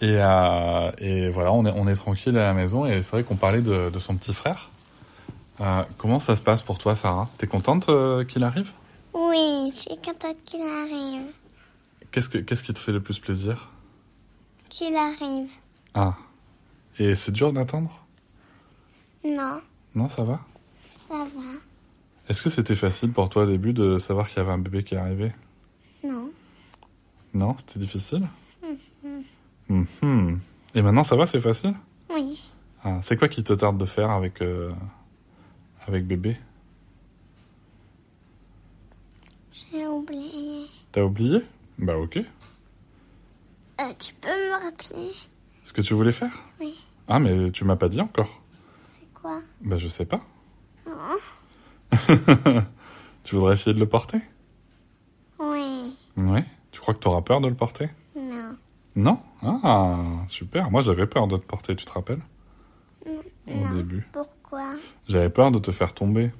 et, euh, et voilà, on est, on est tranquille à la maison et c'est vrai qu'on parlait de, de son petit frère. Euh, comment ça se passe pour toi, Sarah T'es contente euh, qu'il arrive oui, je suis contente qu'il arrive. Qu'est-ce que qu'est-ce qui te fait le plus plaisir Qu'il arrive. Ah. Et c'est dur d'attendre Non, Non, ça va ça va. Est-ce que c'était facile pour toi au début de savoir qu'il y avait un bébé qui arrivait Non, Non, c'était difficile Mhm. Et maintenant, ça va, c'est facile oui. Ah, C'est quoi qui te tarde de faire avec, euh, avec bébé J'ai oublié. T'as oublié Bah ok. Euh, tu peux me rappeler Ce que tu voulais faire Oui. Ah, mais tu m'as pas dit encore. C'est quoi Bah, je sais pas. Non Tu voudrais essayer de le porter Oui. Ouais. Tu crois que t'auras peur de le porter Non. Non Ah, super. Moi, j'avais peur de te porter, tu te rappelles Au non. début. Pourquoi J'avais peur de te faire tomber.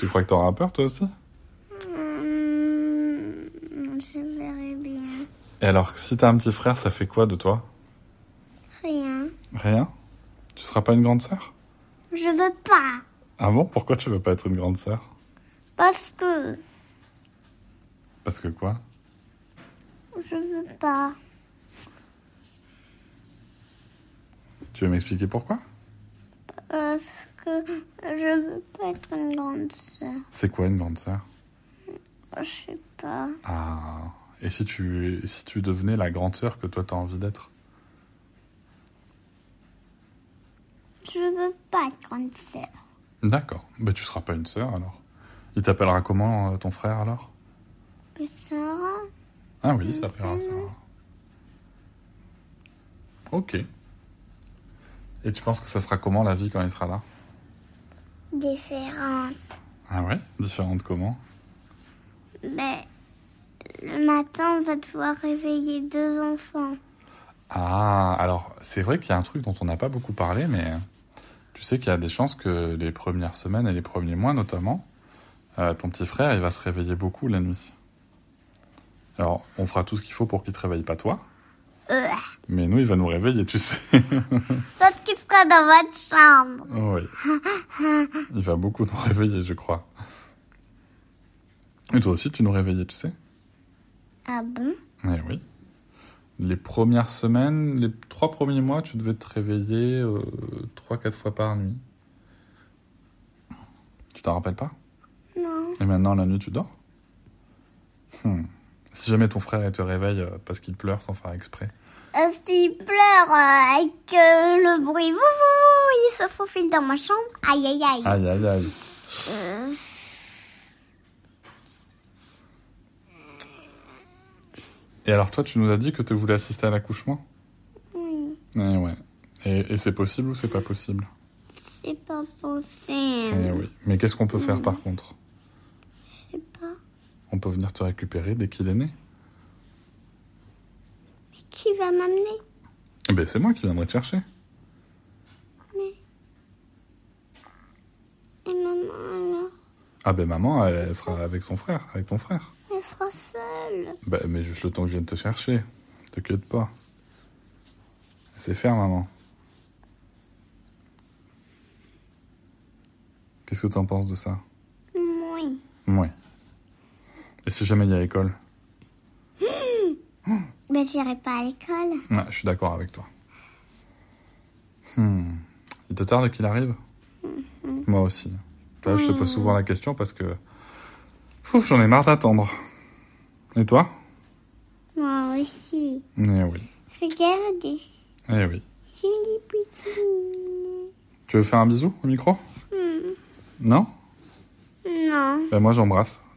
Tu crois que t'auras peur, toi aussi Hum, Je verrai bien. Et alors, si t'as un petit frère, ça fait quoi de toi Rien. Rien Tu seras pas une grande sœur Je veux pas. Ah bon Pourquoi tu veux pas être une grande sœur Parce que Parce que quoi je veux pas. Tu veux m'expliquer pourquoi Parce que je veux pas être une grande sœur. C'est quoi une grande sœur Je sais pas. Ah. Et si tu, si tu devenais la grande sœur que toi t'as envie d'être Je veux pas être grande sœur. D'accord. Bah tu seras pas une sœur alors. Il t'appellera comment euh, ton frère alors Mais Sarah Ah oui, il s'appellera ça. Ok. Et tu penses que ça sera comment la vie quand il sera là différente. Ah ouais Différente comment Mais le matin, on va devoir réveiller deux enfants. Ah, alors c'est vrai qu'il y a un truc dont on n'a pas beaucoup parlé, mais tu sais qu'il y a des chances que les premières semaines et les premiers mois notamment, euh, ton petit frère, il va se réveiller beaucoup la nuit. Alors, on fera tout ce qu'il faut pour qu'il te réveille pas toi, Euh, mais nous, il va nous réveiller, tu sais. parce qu'il sera dans votre chambre. Oh oui. Il va beaucoup nous réveiller, je crois. Et toi aussi, tu nous réveillais, tu sais Ah bon Eh oui. Les premières semaines, les trois premiers mois, tu devais te réveiller euh, trois, quatre fois par nuit. Tu t'en rappelles pas Non. Et maintenant, la nuit, tu dors Hmm. Si jamais ton frère il te réveille euh, parce qu'il pleure sans faire exprès. Euh, S'il pleure euh, avec euh, le bruit, vous, vous, vous, il se faufile dans ma chambre. Aïe, aïe, aïe. Aïe, aïe, aïe. Euh, Et alors, toi, tu nous as dit que tu voulais assister à l'accouchement oui, Eh ouais. Et, et c'est possible ou c'est pas possible c'est pas Eh possible. oui. Mais qu'est-ce qu'on peut faire par contre Je sais pas. On peut venir te récupérer dès qu'il est né Mais qui va m'amener Eh ben, c'est moi qui viendrai te chercher. Mais. Et maman, alors Ah ben maman, elle, elle sera avec son frère, avec ton frère. Elle sera seule. Bah, mais juste le temps que je vienne te chercher. T'inquiète pas. C'est faire, maman. Qu'est-ce que t'en penses de ça Oui. Ouais. Et si jamais il y a école Mais j'irai pas à l'école. Ouais, je suis d'accord avec toi. Hmm. Il te tarde qu'il arrive Moi aussi. Là, je te pose souvent la question parce que... Pfff, J'en ai marre d'attendre. Et toi Moi aussi. Eh oui. Regardez. Eh oui. J'ai des petits. Tu veux faire un bisou au micro Non Non. Ben moi j'embrasse 啊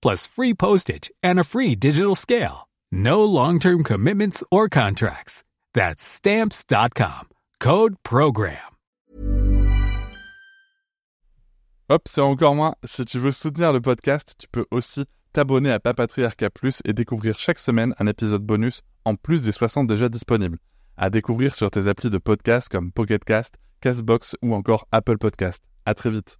plus free postage and a free digital scale. No long-term commitments or contracts. That's stamps.com. Code Program. Hop, c'est encore moins. Si tu veux soutenir le podcast, tu peux aussi t'abonner à Papatriarca Plus et découvrir chaque semaine un épisode bonus en plus des 60 déjà disponibles. À découvrir sur tes applis de podcast comme Pocketcast, Castbox ou encore Apple Podcast. À très vite.